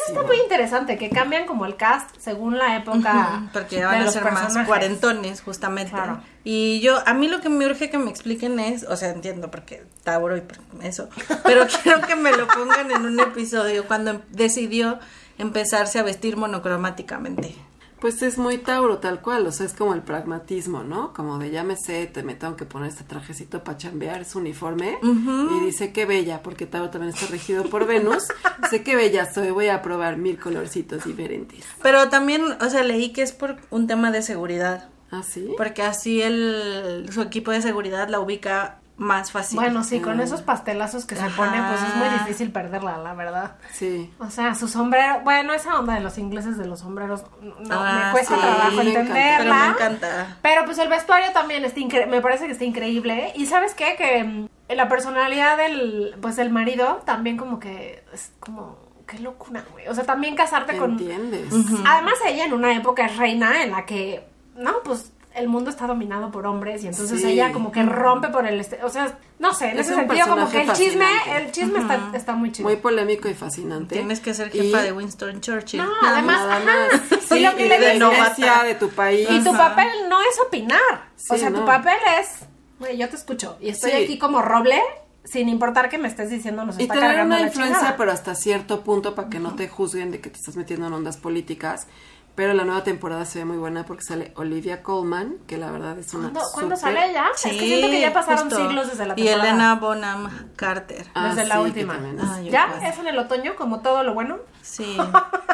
H: está muy interesante, que cambian como el cast según la época.
I: Ah, Porque ya
H: mm, de
I: van a
H: los
I: ser más
H: personajes.
I: cuarentones, justamente.
H: Claro.
I: Y yo, a mí lo que me urge que me expliquen es, o sea, entiendo porque Tauro y por- eso, pero quiero que me lo pongan en un episodio cuando em- decidió empezarse a vestir monocromáticamente.
J: Pues es muy Tauro, tal cual. O sea, es como el pragmatismo, ¿no? Como de ya me sé, te me tengo que poner este trajecito para chambear, es uniforme. Y dice que bella, porque Tauro también está regido por Venus. sé que bella soy, voy a probar mil colorcitos diferentes.
I: Pero también, o sea, leí que es por un tema de seguridad,
J: ¿Ah, sí?
I: porque así el, su equipo de seguridad la ubica más fácil.
H: Bueno, sí, con esos pastelazos que se
I: Ajá.
H: ponen, pues es muy difícil perderla, la verdad.
J: Sí.
H: O sea, su sombrero, bueno, esa onda de los ingleses de los sombreros, no,
I: Ah,
H: me cuesta
I: sí,
H: trabajo
J: me encanta.
H: entenderla.
I: pero me encanta.
H: Pero pues el vestuario también está incre- me parece que está increíble. Y sabes qué, que mm, la personalidad del, pues del marido también como que es como, qué locura, güey. O sea, también casarte
J: ¿Te
H: con...
J: entiendes?
H: Además ella en una época es reina en la que, no, pues el mundo está dominado por hombres y entonces
J: Sí.
H: ella como que rompe por el... este- O sea, no sé, en
J: Es
H: ese
J: un
H: sentido como que el
J: personaje
H: chisme,
J: fascinante.
H: el chisme está, está muy chido.
J: Muy polémico y fascinante.
I: Tienes que ser jefa
J: Y-
I: de Winston Churchill.
H: No,
I: Nada
H: además,
J: Nada
H: ajá.
J: más.
H: Sí, lo que
J: y
H: le
J: de la
H: dicen.
J: iglesia de tu país.
H: Y tu
I: Ajá.
H: papel no es opinar. o
J: Sí,
H: sea,
J: no.
H: tu papel es, güey, yo te escucho y estoy
J: Sí.
H: aquí como roble sin importar que me estés diciendo nos
J: Y
H: está
J: tener
H: cargando
J: una
H: la
J: influencia,
H: chingada.
J: pero hasta cierto punto para que no te juzguen de que te estás metiendo en ondas políticas. Pero la nueva temporada se ve muy buena porque sale Olivia Colman, que la verdad es una.
H: ¿Cuándo, ¿cuándo
J: súper-
H: sale ella? es que siento que ya pasaron
I: justo.
H: siglos desde la
I: Y
H: temporada.
I: Elena Bonham Carter.
J: Ah,
H: desde la
J: sí, que
H: última.
J: también es-
I: Ah, yo
H: ¿Ya?
I: creo.
J: pues.
H: ¿Es en el otoño como todo lo bueno?
I: Sí.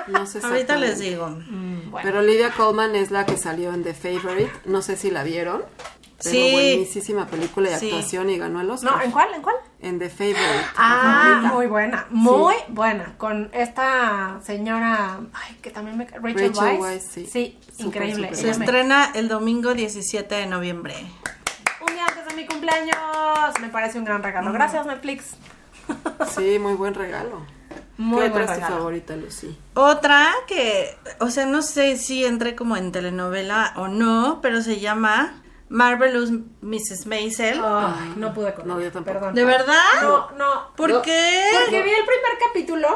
J: No sé
I: Ahorita les
J: exactamente.
I: digo.
H: Bueno.
J: Pero Olivia Colman es la que salió en The Favorite. No sé si la vieron. Pero
I: Sí.
J: buenísima película y
I: Sí.
J: actuación y ganó el Oscar.
H: No, ¿en cuál? ¿En cuál?
J: En The Favorite.
H: Ah,
J: favorita.
H: muy buena, muy buena. Con esta señora, ay, que también me ca- Rachel,
J: Rachel
H: Weisz.
J: Weisz, sí. Súper,
H: increíble.
J: súper
I: Se
H: Ella me-
I: estrena el domingo 17 de noviembre.
H: Un día antes de mi cumpleaños. Me parece un gran regalo. Gracias, Netflix.
J: Sí, muy buen regalo.
H: Muy
J: ¿Qué
H: buen
J: otra es tu
H: regalo.
J: favorita, Lucy?
I: Otra que, o sea, no sé si entre como en telenovela o no, pero se llama Marvelous Mrs. Maisel.
H: Ay, no pude con
J: No,
H: ella,
J: yo tampoco.
H: Perdón.
I: ¿De verdad?
H: Oh. No, no.
I: ¿Por
J: No.
I: qué?
H: Porque vi el primer capítulo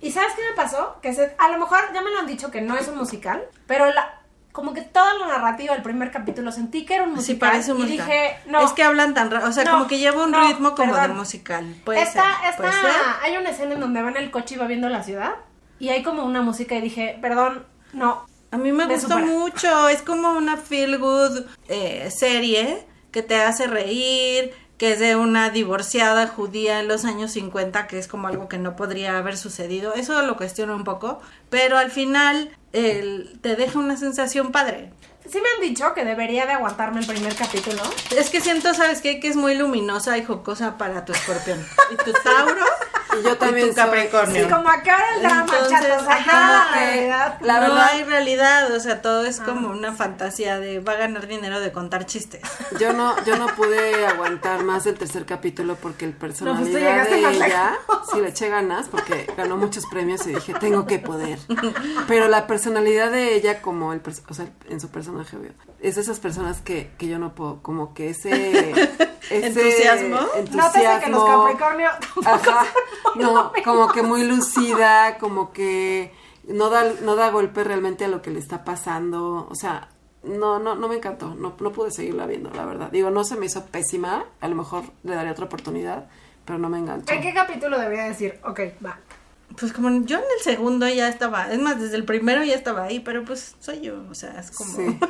H: y ¿sabes qué me pasó? Que se- a lo mejor ya me lo han dicho que no es un musical, pero la- como que toda la narrativa del primer capítulo sentí que era un
I: Sí,
H: musical.
I: parece un
H: y
I: musical.
H: dije, no.
I: Es que hablan tan raro, o sea,
H: no,
I: como que lleva un
H: no,
I: ritmo como de
H: perdón.
I: musical. Puede
H: Esta-
I: ser,
H: esta-
I: puede ser.
H: Hay una escena en donde va en el coche y va viendo la ciudad y hay como una música y dije, perdón, no.
I: A mí me,
H: Me
I: gustó
H: supera.
I: mucho, es como una feel good eh, serie que te hace reír, que es de una divorciada judía en los años 50, que es como algo que no podría haber sucedido. Eso lo cuestiono un poco, pero al final el- te deja una sensación padre.
H: Sí me han dicho que debería de aguantarme el primer capítulo.
I: Es que siento, ¿sabes qué? Que es muy luminosa y jocosa para tu escorpión y tu Tauro
J: Y yo también
I: tu
J: soy-
I: Capricornio.
H: Sí, como a qué hora el drama,
I: Entonces,
H: chatos, a
I: ajá,
H: qué hora la Ah,
I: eh,
H: realidad.
J: la
I: no
J: verdad-
I: hay realidad, o sea, todo es como una fantasía de va a ganar dinero de contar chistes.
J: Yo no, yo no pude aguantar más el tercer capítulo porque el personalidad
H: pues llegaste
J: de
H: más
J: ella, sí le eché ganas porque ganó muchos premios y dije, tengo que poder. Pero la personalidad de ella, como el, pers- o sea, en su personaje, obvio, es de esas personas que, que yo no puedo, como que ese... ese
I: Entusiasmo.
H: Nótese que los
J: entusiasmo,
H: Capricornio tampoco
J: Ajá.
H: son lo
J: No,
H: mismo.
J: como que muy lucida, como que no da, no da golpe realmente a lo que le está pasando. O sea, no, no, no me encantó. No, no pude seguirla viendo, la verdad. Digo, no se me hizo pésima. A lo mejor le daría otra oportunidad, pero no me enganchó.
H: ¿En qué capítulo debería decir? Ok, va.
I: Pues como yo en el segundo ya estaba, es más, desde el primero ya estaba ahí, pero pues soy yo, o sea, es como...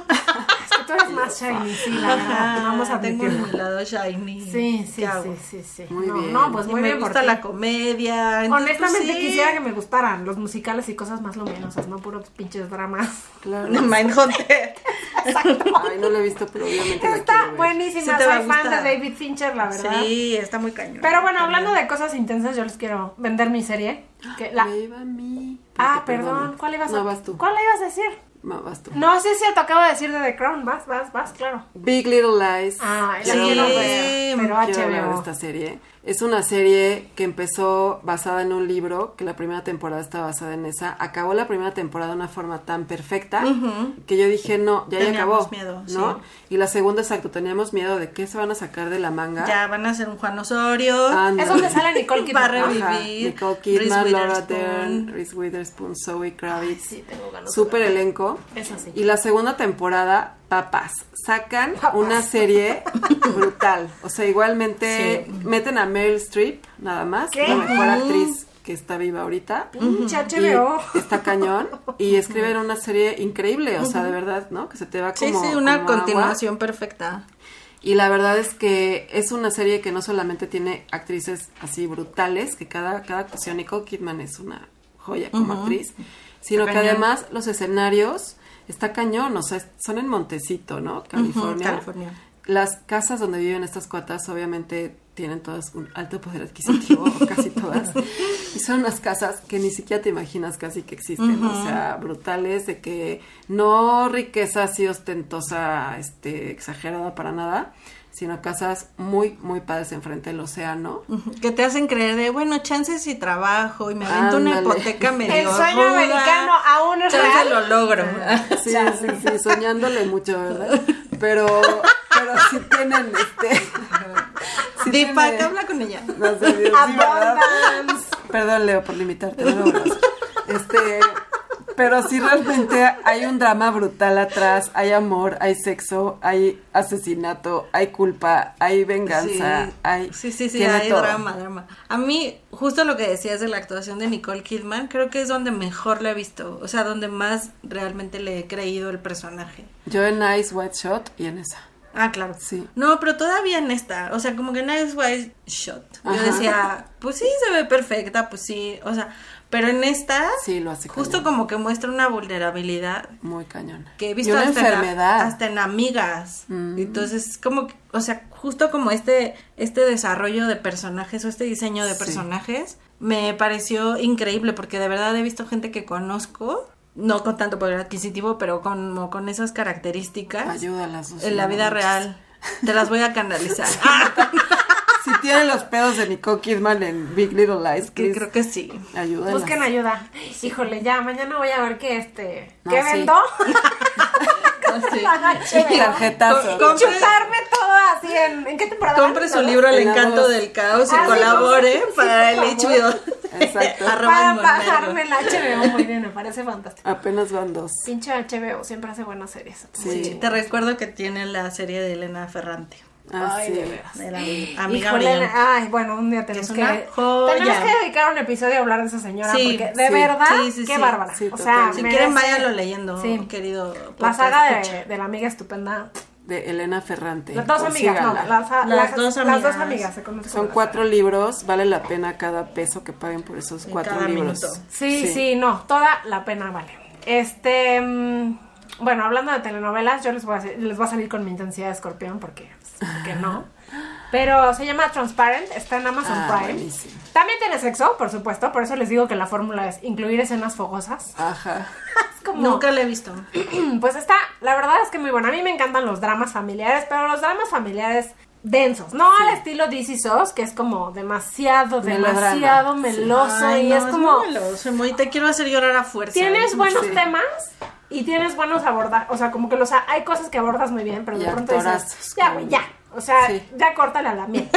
H: Es que
J: Sí.
H: tú eres más shiny, sí, la verdad. pues
I: Ajá,
H: Vamos a
I: tengo
H: admitirlo.
I: mi lado shiny.
H: Sí, sí,
I: ¿Qué hago?
H: sí, sí, sí.
J: Muy
H: no,
J: bien.
H: no, pues
I: Y
H: muy
I: me
H: bien por
I: gusta
H: ti.
I: la comedia. entonces, pues,
H: Honestamente
I: sí.
H: quisiera que me gustaran los musicales y cosas más luminosas, no puros pinches dramas.
J: Claro.
I: Mindhunter.
J: Ay, no la he visto, pero obviamente la quiero
H: Está
J: ver.
H: buenísima,
I: Sí te va a
H: soy fan de
I: gustar.
H: David Fincher, la verdad.
I: Sí, está muy cañón.
H: Pero bueno, hablando de cosas intensas, yo les quiero vender mi serie. Que la...
J: Me iba a mí.
H: Ah,
J: Porque,
H: perdón,
J: perdona.
H: ¿cuál ibas a
J: No, vas tú.
H: ¿Cuál ibas a decir?
J: No, vas tú.
H: No, sí es cierto, acabo de decir de The Crown, vas, vas, vas, claro.
J: Big Little Lies.
H: Ah, la
J: Quiero
H: quiero
J: ver.
H: ver, pero
J: Quiero hablar de
H: HBO.
J: esta serie. Es una serie que empezó basada en un libro, que la primera temporada está basada en esa. Acabó la primera temporada de una forma tan perfecta que yo dije, no, ya, ya
I: Teníamos
J: acabó.
I: miedo,
J: ¿no? Y la segunda, exacto, teníamos miedo de qué se van a sacar de la manga.
I: Ya van a ser un Juan Osorio.
J: Ándale.
H: Es donde sale Nicole
I: Va a
H: Kidman.
I: revivir.
J: Ajá, Nicole Kidman,
I: Reese
J: Laura
I: Witherspoon.
J: Dern, Reese Witherspoon, Zoe Kravitz.
H: Sí, tengo ganas. de
J: Súper
H: verla.
J: elenco.
H: Es así.
J: Y la segunda temporada, papas. Sacan una serie brutal. O sea, igualmente meten a Meryl Streep, nada más,
H: ¿Qué?
J: la mejor actriz que está viva ahorita.
H: Pinche
J: Y
H: HBO.
J: está cañón. Y escriben una serie increíble, o sea, de verdad, ¿no? Que se te va
I: Sí,
J: como.
I: sí, una
J: como agua.
I: continuación perfecta.
J: Y la verdad es que es una serie que no solamente tiene actrices así brutales, que cada, cada actuación Nicole Kidman es una joya como actriz, sino que
I: Está cañón.
J: además los escenarios está cañón, o sea, es- son en Montecito, ¿no? California.
I: California.
J: Las casas donde viven estas cuatas obviamente tienen todas un alto poder adquisitivo, o casi todas. Y son unas casas que ni siquiera te imaginas casi que existen, o sea, brutales, de que no riqueza así ostentosa, este, exagerada para nada, sino casas muy, muy padres enfrente del océano.
I: Ujú, Que te hacen creer de, bueno, chances y trabajo, y me avento una
J: Ándale.
I: hipoteca medio
H: El sueño
I: ruda,
H: americano aún es
I: chance
H: real.
I: lo logro.
J: Sí, sí, sí, soñándole mucho, ¿verdad? Pero, pero sí tienen, este... sí
I: Deepak,
J: tiene-
I: habla con ella.
J: No sé, Dios, sí, ¿verdad?
H: Abundance.
J: Perdón, Leo, por limitarte. no lo logras. Este, Pero sí realmente hay un drama brutal atrás, hay amor, hay sexo, hay asesinato, hay culpa, hay venganza,
I: Sí.
J: hay...
I: Sí, sí, sí,
J: tiene
I: hay
J: todo.
I: drama, drama. A mí, justo lo que decías de la actuación de Nicole Kidman, creo que es donde mejor la he visto, o sea, donde más realmente le he creído el personaje.
J: Yo en Nice White Shot y en esa.
I: Ah, claro.
J: Sí.
I: No, pero todavía en esta, o sea, como que Nice White Shot. Yo
J: Ajá.
I: decía, pues sí, se ve perfecta, pues sí, o sea, pero en esta,
J: Sí, lo hace
I: justo
J: cañón.
I: como que muestra una vulnerabilidad
J: Muy cañona.
I: que he
J: y
I: visto
J: una
I: hasta,
J: enfermedad. Mm.
I: En, hasta en amigas. Entonces, como, que- o sea, justo como este, este desarrollo de personajes o este diseño de
J: Sí.
I: personajes me pareció increíble porque de verdad he visto gente que conozco, no con tanto poder adquisitivo, pero como con esas características
J: Ayuda a las dos
I: en la vida
J: hermanas.
I: real. Te las voy a canalizar. Ah,
J: Si tiene los pedos de Nicole Kidman en Big Little Lies,
I: que
J: please,
I: creo que sí.
J: ayúdala.
H: Busquen ayuda. Híjole, ya, mañana voy a ver qué este.
J: No,
H: ¿Qué
J: sí.
H: vendo?
I: sí.
J: Y tarjetazo.
I: Con-
H: Y chutarme todo así en. ¿En qué temporada?
I: Compre su
H: ¿No?
I: libro El
J: En la
I: encanto
J: dos.
I: del caos y
H: Ah, sí,
I: colabore
H: sí, sí,
I: para el
H: por
I: HBO.
J: Exacto.
I: Arroba
H: Para
I: Monero.
H: bajarme el HBO. Muy bien, me parece fantástico.
J: Apenas van dos.
H: Pinche HBO, siempre hace buenas series.
J: Sí.
I: Sí, te recuerdo que tiene la serie de Elena Ferrante.
J: Ah,
H: Ay,
J: sí.
H: de veras.
I: De la amiga
H: Híjole, ah,
I: brillante.
H: ay, bueno, un día tenemos
I: Es
H: que
I: una joya.
H: tenemos que dedicar un episodio a hablar de esa señora
I: Sí,
H: porque de
I: sí,
H: verdad,
I: sí, sí,
H: qué
I: sí.
H: bárbara.
J: Sí,
H: o sea,
J: totalmente.
I: Si
H: merece-
I: quieren, váyanlo leyendo,
H: Sí.
I: querido.
H: La
I: podcast
H: saga de,
I: escucha.
H: de la amiga estupenda.
J: De Elena Ferrante.
H: Las dos amigas, no,
J: Consíganla.
H: las,
I: Las
H: las-
I: dos
H: Las dos
I: amigas.
H: amigas se conocen
J: Son
H: como
J: cuatro libros, vale la pena cada peso que paguen por esos
I: Sí,
J: cuatro
I: cada
J: libros.
I: minuto.
H: Sí, sí, no, toda la pena vale. Este, mm, bueno, hablando de telenovelas, yo les voy a, hacer- les voy a salir con mi intensidad de escorpión porque, porque no. Pero se llama Transparent, está en Amazon
J: Ah,
H: Prime.
J: buenísimo.
H: También tiene sexo, por supuesto, por eso les digo que la fórmula es incluir escenas fogosas.
J: Ajá.
H: Es como,
I: Nunca la he visto.
H: pues está, la verdad es que muy buena. A mí me encantan los dramas familiares, pero los dramas familiares densos, no al estilo DC Sos, que es como demasiado,
J: Melodrama.
H: demasiado meloso
I: Ay,
H: y
I: no,
H: es como...
I: muy meloso, muy- te quiero hacer llorar a fuerza.
H: Tienes
I: Es
H: buenos
I: mucho.
H: temas y tienes buenos abordajes. O sea, como que los hay cosas que abordas muy bien, pero
J: Y
H: de pronto dices,
J: actorazos,
H: ya,
J: como-
H: güey, ya. O sea,
J: Sí.
H: ya córtale a la miel.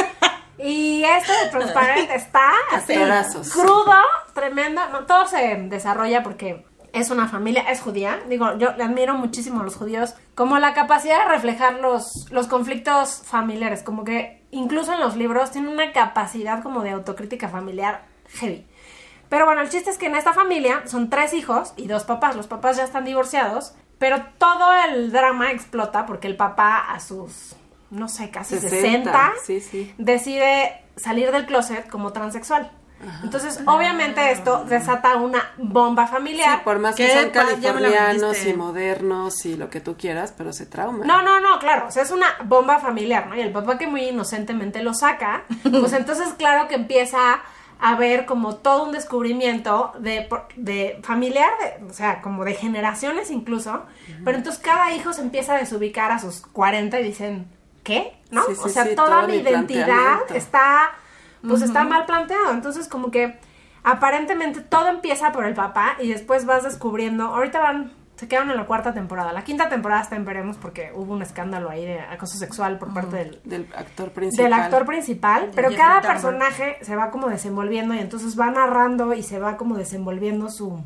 H: y esto de Transparent está así,
J: Actorazos.
H: crudo, tremendo. No, todo se desarrolla porque. Es una familia, es judía. Digo, yo le admiro muchísimo a los judíos. Como la capacidad de reflejar los, los conflictos familiares. Como que incluso en los libros tiene una capacidad como de autocrítica familiar heavy. Pero bueno, el chiste es que en esta familia son tres hijos y dos papás. Los papás ya están divorciados, pero todo el drama explota porque el papá a sus, no sé, casi 60,
J: 60, sí, sí.
H: decide salir del closet como transexual. Entonces, obviamente esto desata una bomba familiar.
J: Ah. Sí, por más
I: Qué
J: que sean
I: padre, ya me la
J: californianos
I: vendiste.
J: y modernos y lo que tú quieras, pero se trauma.
H: No, no, no, claro, o sea, es una bomba familiar, ¿no? Y el papá que muy inocentemente lo saca, pues entonces claro que empieza a ver como todo un descubrimiento de, por- de familiar, de- o sea, como de generaciones incluso, pero entonces cada hijo se empieza a desubicar a sus 40 y dicen, ¿qué? ¿No?
J: Sí, sí,
H: o sea,
J: sí,
H: toda
J: todo
H: mi
J: mi
H: identidad
J: planteamiento.
H: está, pues está mal planteado, entonces como que aparentemente todo empieza por el papá y después vas descubriendo, ahorita van, se quedaron en la cuarta temporada, la quinta temporada está en veremos porque hubo un escándalo ahí de acoso sexual por parte del,
J: Del actor principal.
H: del actor principal, pero
I: Jeffrey
H: cada
I: Tambor.
H: personaje se va como desenvolviendo y entonces va narrando y se va como desenvolviendo su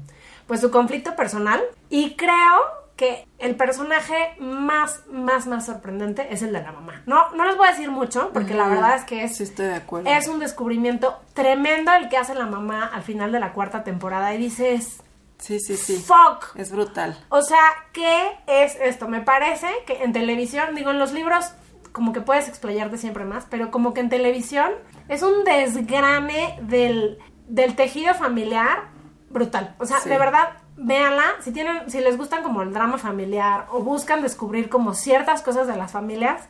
H: pues su conflicto personal y creo que el personaje más más más sorprendente es el de la mamá. No no les voy a decir mucho porque la verdad es que es
J: Sí, estoy de acuerdo.
H: es un descubrimiento tremendo el que hace la mamá al final de la cuarta temporada y dices,
J: Sí, sí, sí.
H: Fuck.
J: Es brutal.
H: o sea, ¿qué es esto? Me parece que en televisión, digo, en los libros como que puedes explayarte siempre más, pero como que en televisión es un desgrane del, del tejido familiar brutal. O sea,
J: Sí.
H: de verdad, véanla. Si, tienen, si les gustan como el drama familiar o buscan descubrir como ciertas cosas de las familias,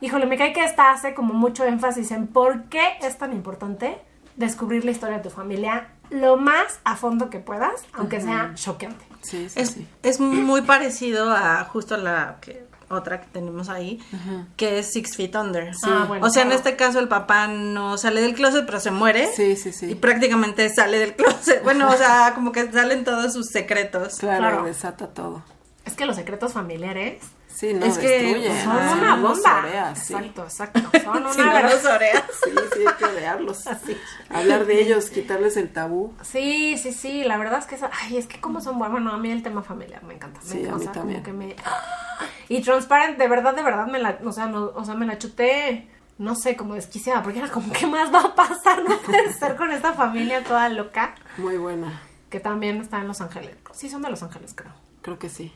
H: híjole, me cae que esta hace como mucho énfasis en por qué es tan importante descubrir la historia de tu familia lo más a fondo que puedas, aunque sea choqueante.
J: Sí, sí,
I: Es,
J: sí.
I: es muy parecido a justo la que- otra que tenemos ahí, que es Six Feet Under.
H: Ah, bueno,
I: o sea, en
H: claro.
I: este caso el papá no sale del closet, pero se muere.
J: Sí, sí, sí.
I: Y prácticamente sale del closet. Bueno, o sea, como que salen todos sus secretos.
J: Claro,
H: Claro.
J: desata todo.
H: Es que los secretos familiares
J: Sí, no,
I: Es que
J: destruyen.
H: Son
J: Ah, sí,
H: una
J: los
H: bomba.
J: orea, sí.
H: Exacto, exacto. Son una
I: Si no los oreas.
J: Sí, sí, hay que orearlos. Hablar de ellos, quitarles el tabú.
H: Sí, sí, sí, la verdad es que, esa- ay, es que como son buenos, bueno, a mí el tema familiar me encanta. me-
J: Sí, a
H: o
J: mí
H: sea,
J: también.
H: Como que me, y Transparent, de verdad, de verdad, me la, o sea, no, o sea, me la chuté, no sé, como desquiciada, porque era como, ¿qué más va a pasar? No puede ser con esta familia toda loca,
J: Muy buena.
H: que también está en Los Ángeles. Sí, son de Los Ángeles, creo.
J: Creo que sí.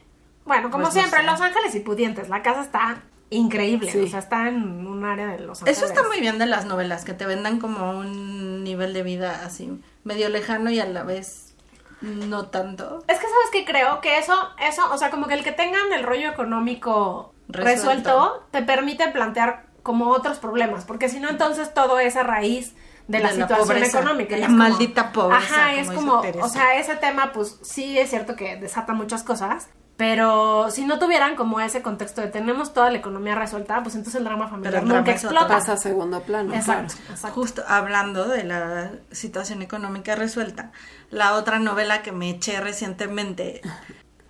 H: Bueno, como
I: Pues no
H: siempre,
I: sé.
H: Los Ángeles y pudientes, la casa está increíble,
J: Sí.
H: o sea, está en un área de Los Ángeles.
I: Eso está muy bien de las novelas, que te vendan como un nivel de vida así medio lejano y a la vez no tanto.
H: Es que sabes que creo que eso, eso, o sea, como que el que tengan el rollo económico resuelto,
I: Resuelto.
H: te permite plantear como otros problemas, porque si no, entonces todo es a raíz de la
I: De la
H: situación
I: pobreza, de
H: económica. y
I: la
H: es como-
I: maldita pobreza,
H: Ajá, es
I: como
H: como,
I: dice Teresa.
H: o sea, ese tema, pues sí es cierto que desata muchas cosas, pero si no tuvieran como ese contexto de tenemos toda la economía resuelta, pues entonces el drama familiar
I: el
H: nunca
I: drama es otra
H: explota.
J: Pasa a segundo plano.
H: Exacto,
J: claro.
H: exacto.
I: Justo hablando de la situación económica resuelta, la otra novela que me eché recientemente,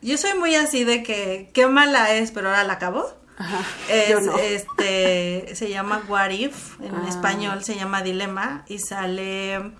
I: yo soy muy así de que qué mala es, pero ahora la acabo. Es,
J: yo no. Ah.
I: este, se llama What If, en español se llama Dilema y sale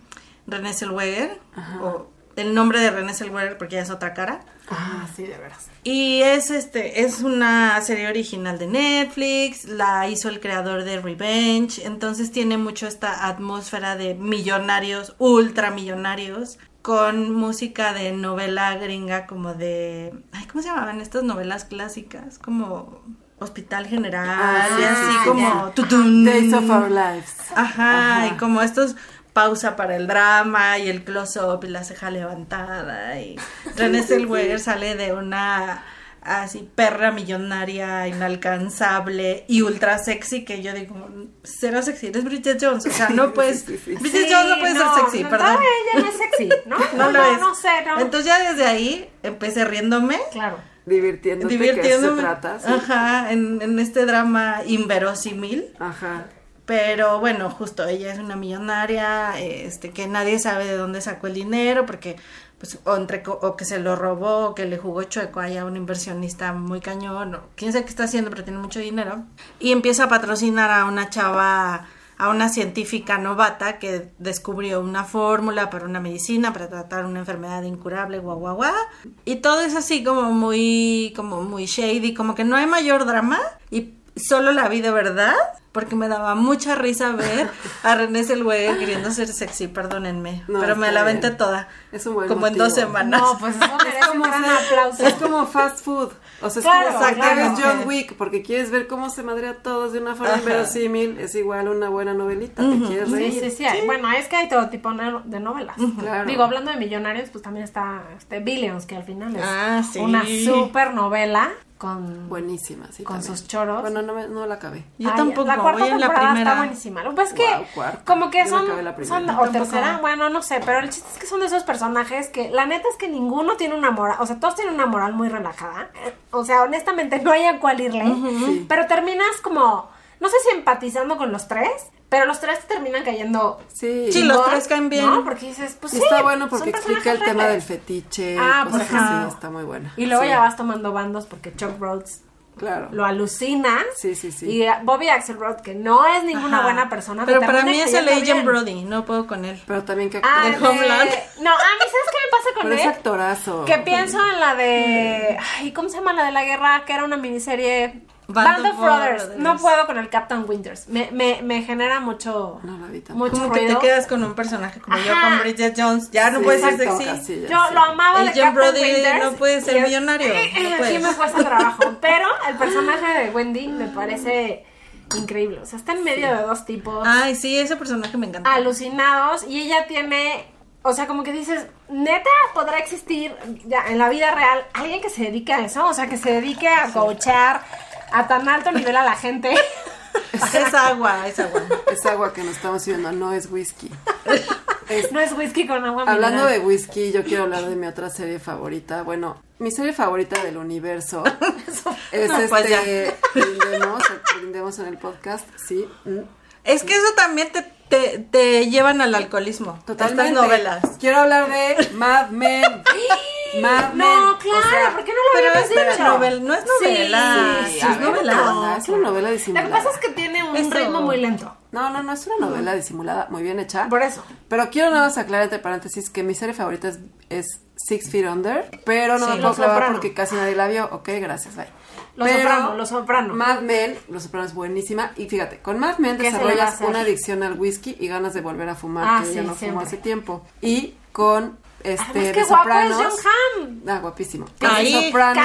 I: René Zellweger, o el nombre de René Zellweger porque ya es otra cara.
H: Ah, sí, de veras.
I: Y es este, es una serie original de Netflix, la hizo el creador de Revenge, entonces tiene mucho esta atmósfera de millonarios, ultramillonarios, con música de novela gringa como de, ay, ¿cómo se llamaban estas novelas clásicas? Como Hospital General,
J: Ah, sí,
I: y
J: sí,
I: así
J: sí,
I: como
J: ya.
I: tutun.
H: Mm.
J: Days of Our Lives.
I: Ajá, y como estos pausa para el drama y el close-up y la ceja levantada y René Zellweger sale de una así perra millonaria inalcanzable y ultra sexy que yo digo cero sexy eres Bridget Jones o sea no puedes
J: Sí, sí, sí.
I: Bridget Jones no puede ser sexy
H: no,
I: perdón
H: No, ella no es sexy, ¿no?
I: no,
H: No, no,
I: lo es
H: no sé, no.
I: entonces ya desde ahí empecé riéndome
H: claro.
J: Divirtiéndote,
I: divirtiéndome
J: que se trata. sí.
I: ajá en, en este drama inverosímil
J: Ajá.
I: pero bueno, justo ella es una millonaria, este, que nadie sabe de dónde sacó el dinero, porque pues, o, entre co- o que se lo robó, o que le jugó chueco allá a un inversionista muy cañón, o quién sabe qué está haciendo, pero tiene mucho dinero. Y empieza a patrocinar a una chava, a una científica novata que descubrió una fórmula para una medicina, para tratar una enfermedad incurable, guau, guau, guau. Y todo es así como muy, como muy shady, como que no hay mayor drama. Y solo la vi de verdad, porque me daba mucha risa ver a René Zellweger queriendo ser sexy, perdónenme,
J: No,
I: pero me
J: está
I: la aventé
J: bien.
I: toda.
J: Es un buen
I: Como en
J: motivo.
I: dos semanas.
H: No, pues eso merece un gran aplauso.
J: Es como fast food. O sea, es
H: Claro,
J: como sacar
H: claro.
J: es John Wick, porque quieres ver cómo se madrea a todos de una forma
I: Ajá.
J: inverosímil. Es igual una buena novelita, te quieres
H: Sí,
J: reír.
H: sí, sí. hay- Bueno, es que hay todo tipo no- de novelas.
J: Claro.
H: Digo, hablando de millonarios, pues también está este Billions, que al final es
I: Ah, sí.
H: una super novela con...
J: Buenísima, sí.
H: Con
J: también.
H: sus choros.
J: Bueno, no, me- no la acabé.
I: Yo
H: Ay,
I: tampoco,
H: La cuarta
I: voy en la
H: temporada
I: primera.
H: está buenísima. Lo que pasa es que,
J: Guau, cuarta.
H: como
J: Yo
H: que
J: me
H: son,
J: acabé la primera.
H: son-
J: Yo
H: o
I: tampoco.
H: tercera, bueno, no sé, pero el chiste es que son de esos personajes que la neta es que ninguno tiene una moral, o sea, todos tienen una moral muy relajada. O sea, honestamente no hay a cuál irle, pero terminas como, no sé si empatizando con los tres, pero los tres te terminan cayendo
J: Sí.
I: Sí,
J: Y
I: lo- los
H: chingón,
I: tres caen bien.
H: ¿no? Porque dices, pues sí,
J: está bueno porque
H: son personajes
J: explica el tema del
H: reales.
J: fetiche.
H: Ah,
J: Ah, cosas
H: por ejemplo.
J: así, está muy buena.
H: Y luego
J: Sí,
H: ya vas tomando bandos porque Chuck Rhodes
J: Claro.
H: lo alucina.
J: Sí, sí, sí.
H: Y a Bobby Axelrod, que no es ninguna
I: Ajá.
H: buena persona.
I: Pero
H: que
I: para
H: también
I: mí es
H: actúa
I: el Agent
H: bien.
I: Brody, no puedo con él.
J: Pero también que
H: Ah,
I: de
H: de-
I: Homeland.
H: No, ¿Eh? a mí, ¿sabes qué me pasa con
J: Pero es
H: él?
J: actorazo.
H: Que pienso en la de. Ay, ¿cómo se llama la de la guerra? Que era una miniserie.
I: Band
H: Band,
I: of
H: of Brothers.
I: Brothers.
H: No puedo con el Captain Winters. Me, me, me genera mucho.
J: No la vi tampoco.
H: mucho
I: Como que
H: ruido.
I: te quedas con un personaje como yo
H: Ajá.
I: con Bridget Jones, ya no puedes ser
J: exacto,
I: sexy.
J: así.
H: Yo
J: Ya sé.
H: lo amaba
I: El
H: de
I: Jim
H: Captain
I: Brody
H: Winters
I: no puede ser
H: y es-
I: millonario, no
H: sí
I: puede.
H: me cuesta trabajo, pero el personaje de Wendy me parece increíble. O sea, está en medio de dos tipos
I: Ay, sí, ese personaje me encanta.
H: alucinados y ella tiene, o sea, como que dices, neta, podrá existir ya en la vida real alguien que se dedique a eso, o sea, que se dedique a coachar a tan alto nivel a la gente.
I: Es agua, es agua.
J: Es agua que nos estamos sirviendo, no es whisky.
H: No es whisky con agua
J: Hablando
H: mineral.
J: de whisky, yo quiero hablar de mi otra serie favorita. Bueno, mi serie favorita del universo es
I: No, pues ya.
J: este. brindemos, brindemos en el podcast, sí. mm,
I: Es que eso también te, te, te llevan al alcoholismo. Estas novelas.
J: Quiero hablar de Mad Men.
H: No,
J: Mad Men,
H: claro,
J: o sea,
H: ¿por qué no lo
I: Pero
H: habíamos
I: es
H: dicho?
I: novela, no es novela.
J: sí,
I: Sí,
J: a
I: es
J: ver,
I: novela.
J: no, es una novela
H: Lo
J: disimulada.
H: que pasa es que tiene un
I: Eso.
H: ritmo muy lento.
J: No, no, no, es una novela disimulada, muy bien hecha.
H: Por eso.
J: Pero quiero nada más aclarar entre paréntesis que mi serie favorita es, es Six Feet Under, pero no
H: Sí,
J: me puedo
H: Los
J: clavar
H: Soprano.
J: porque casi nadie la vio. Ok, gracias, bye.
H: Los
J: Pero
H: Soprano, Los Soprano.
J: Mad Men, Los Soprano es buenísima. Y fíjate, con Mad Men
H: ¿Qué se le va a
J: desarrollas
H: hacer?
J: una adicción al whisky y ganas de volver a fumar,
H: Ah,
J: que
H: sí,
J: yo no fumo
H: siempre.
J: hace tiempo. Y con este
H: Además,
J: de
H: qué guapo es
J: Sopranos.
H: John
J: Ah, guappísimo.
I: Ahí,
J: De Sopranos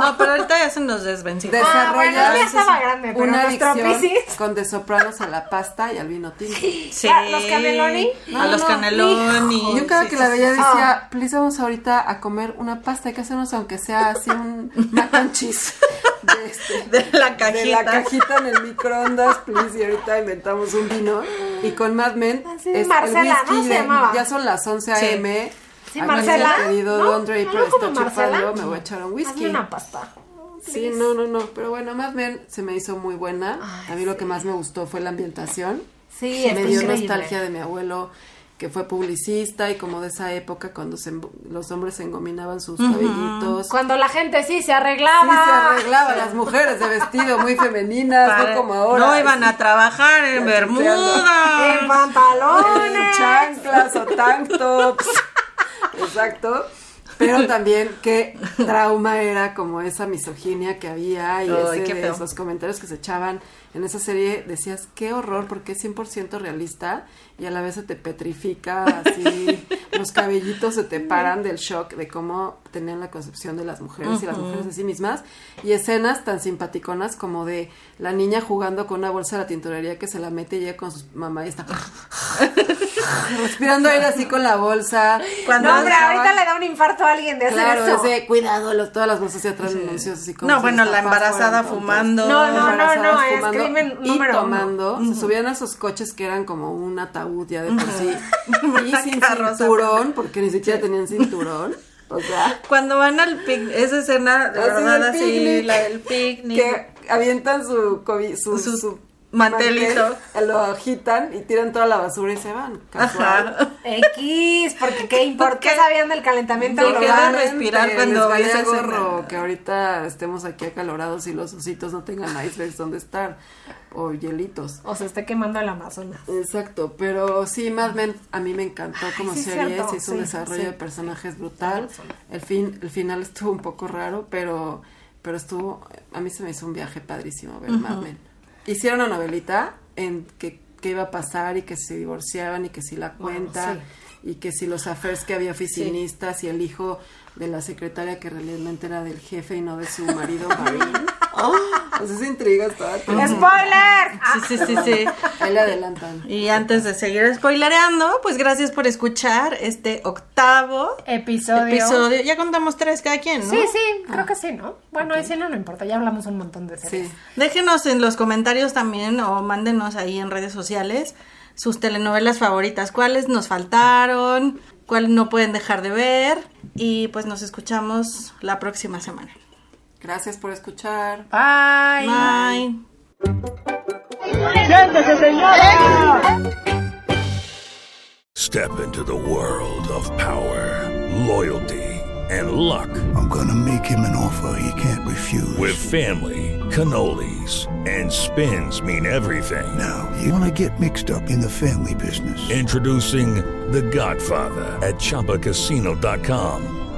I: No, pero ahorita ya se nos desvenció.
J: desarrollas
H: Ah, bueno, él ya estaba grande, pero
J: una
H: nuestro
J: adicción
H: Piscis.
J: con de sopranos a la pasta y al vino tinto.
I: Sí.
H: ¿A los Cannelloni?
J: No,
I: a
J: no,
I: los
J: no.
I: caneloni.
J: Yo cada
I: Sí,
J: que
I: sí,
J: la
I: sí,
J: veía
I: sí.
J: decía, please vamos ahorita a comer una pasta, hay que hacernos aunque sea así un mac and cheese de, este-
I: De la cajita.
J: de la cajita en el microondas, please, y ahorita inventamos un vino. Y con Mad Men
H: Así,
J: es
H: Ah, Marcela,
J: el whisky
H: ¿no se
J: de-
H: llamaba?
J: ya son las 11
I: Sí.
J: a.m.
H: Sí,
J: Algún día,
H: Marcela,
J: querido
H: ¿no?
J: Don Draper
H: ¿Algo como
J: está
H: Marcela?
J: chupando, me voy a echar un whisky.
H: Hazme una pasta.
J: Sí, no, no, no. Pero bueno, Mad Men se me hizo muy buena. a mí lo que más me gustó fue la ambientación.
H: Sí,
J: me dio
H: increíble.
J: nostalgia de mi abuelo que fue publicista y como de esa época cuando se embo- los hombres se engominaban sus cabellitos.
H: Cuando la gente sí se
J: Sí,
H: arreglaba.
J: se arreglaba las mujeres de vestido muy femeninas,
I: Para-
J: no como ahora.
I: No iban a trabajar en Bermuda.
H: En pantalones.
J: en chanclas o tank tops. Exacto. Pero también qué trauma era como esa misoginia que había y
I: Ay,
J: ese
I: qué
J: de
I: feo.
J: esos comentarios que se echaban en esa serie. Decías, qué horror, porque es 100% realista y a la vez se te petrifica así. los cabellitos se te paran del shock de cómo tenían la concepción de las mujeres y las mujeres de sí mismas. Y escenas tan simpaticonas como de la niña jugando con una bolsa de la tintorería que se la mete ella con su mamá y está respirando aire así con la bolsa.
I: Cuando
H: No, hombre,
J: avanzaba.
H: ahorita le da un infarto a alguien de hacer
J: Claro,
H: eso.
J: ese cuidado, los- todas las bolsas ya traen anuncios así como.
I: No,
J: si
I: bueno,
J: los
I: la
J: papás
I: embarazada
J: fueran tontos.
I: fumando.
H: No, no,
J: Embarazadas
H: es
J: fumando
H: crimen
J: y
H: número uno.
J: tomando, se subían a esos coches que eran como un ataúd ya de por sí. Y
I: Una
J: sin
I: carroza.
J: cinturón, porque ni siquiera tenían cinturón. O sea,
I: Cuando van al picnic, esa escena, la
J: Así
I: verdad,
J: del
I: así,
J: picnic.
I: la del picnic.
J: que avientan su cobi- su,
I: Su
J: su
I: mantelito.
J: mantel, lo agitan y tiran toda la basura y se van. Casual.
I: Ajá.
H: X, porque qué importa. ¿Qué sabían del calentamiento
I: Dejé de
H: global?
I: respirar. cuando
J: les valía
I: ves esa
J: gorro
I: escena.
J: que ahorita estemos aquí acalorados y los ositos no tengan icebergs donde estar o hielitos.
H: O se está quemando el Amazonas.
J: Exacto, pero sí, Mad Men a mí me encantó como
H: sí, es
J: serie,
H: cierto,
J: se hizo un
H: sí,
J: desarrollo
H: sí.
J: de personajes brutal. El fin, el final estuvo un poco raro, pero pero estuvo a mí se me hizo un viaje padrísimo ver Mad Men. Hicieron una novelita en que qué iba a pasar y que se divorciaban y que si la cuenta y que si los affairs que había oficinistas y el hijo de la secretaria que realmente era del jefe y no de su marido Marín. Esas intrigas todas.
H: ¡Spoiler!
I: Sí, sí, sí, sí.
J: Ahí le adelantan.
I: Y antes de seguir spoilareando, pues gracias por escuchar este octavo
H: Episodio.
I: episodio. Ya contamos tres cada quien, ¿no?
H: Sí, sí, creo que sí, ¿no? Bueno, ese no, no importa, ya hablamos un montón de series.
J: Sí.
I: Déjenos en los comentarios también o mándenos ahí en redes sociales sus telenovelas favoritas, cuáles nos faltaron, cuáles no pueden dejar de ver y pues nos escuchamos la próxima semana.
J: Gracias por escuchar.
H: Bye.
I: Bye.
K: Step into the world of power, loyalty, and luck.
G: I'm gonna make him an offer he can't refuse.
K: With family, cannolis, and spins mean everything.
G: now, you wanna get mixed up in the family business.
K: Introducing The Godfather at ChumbaCasino.com.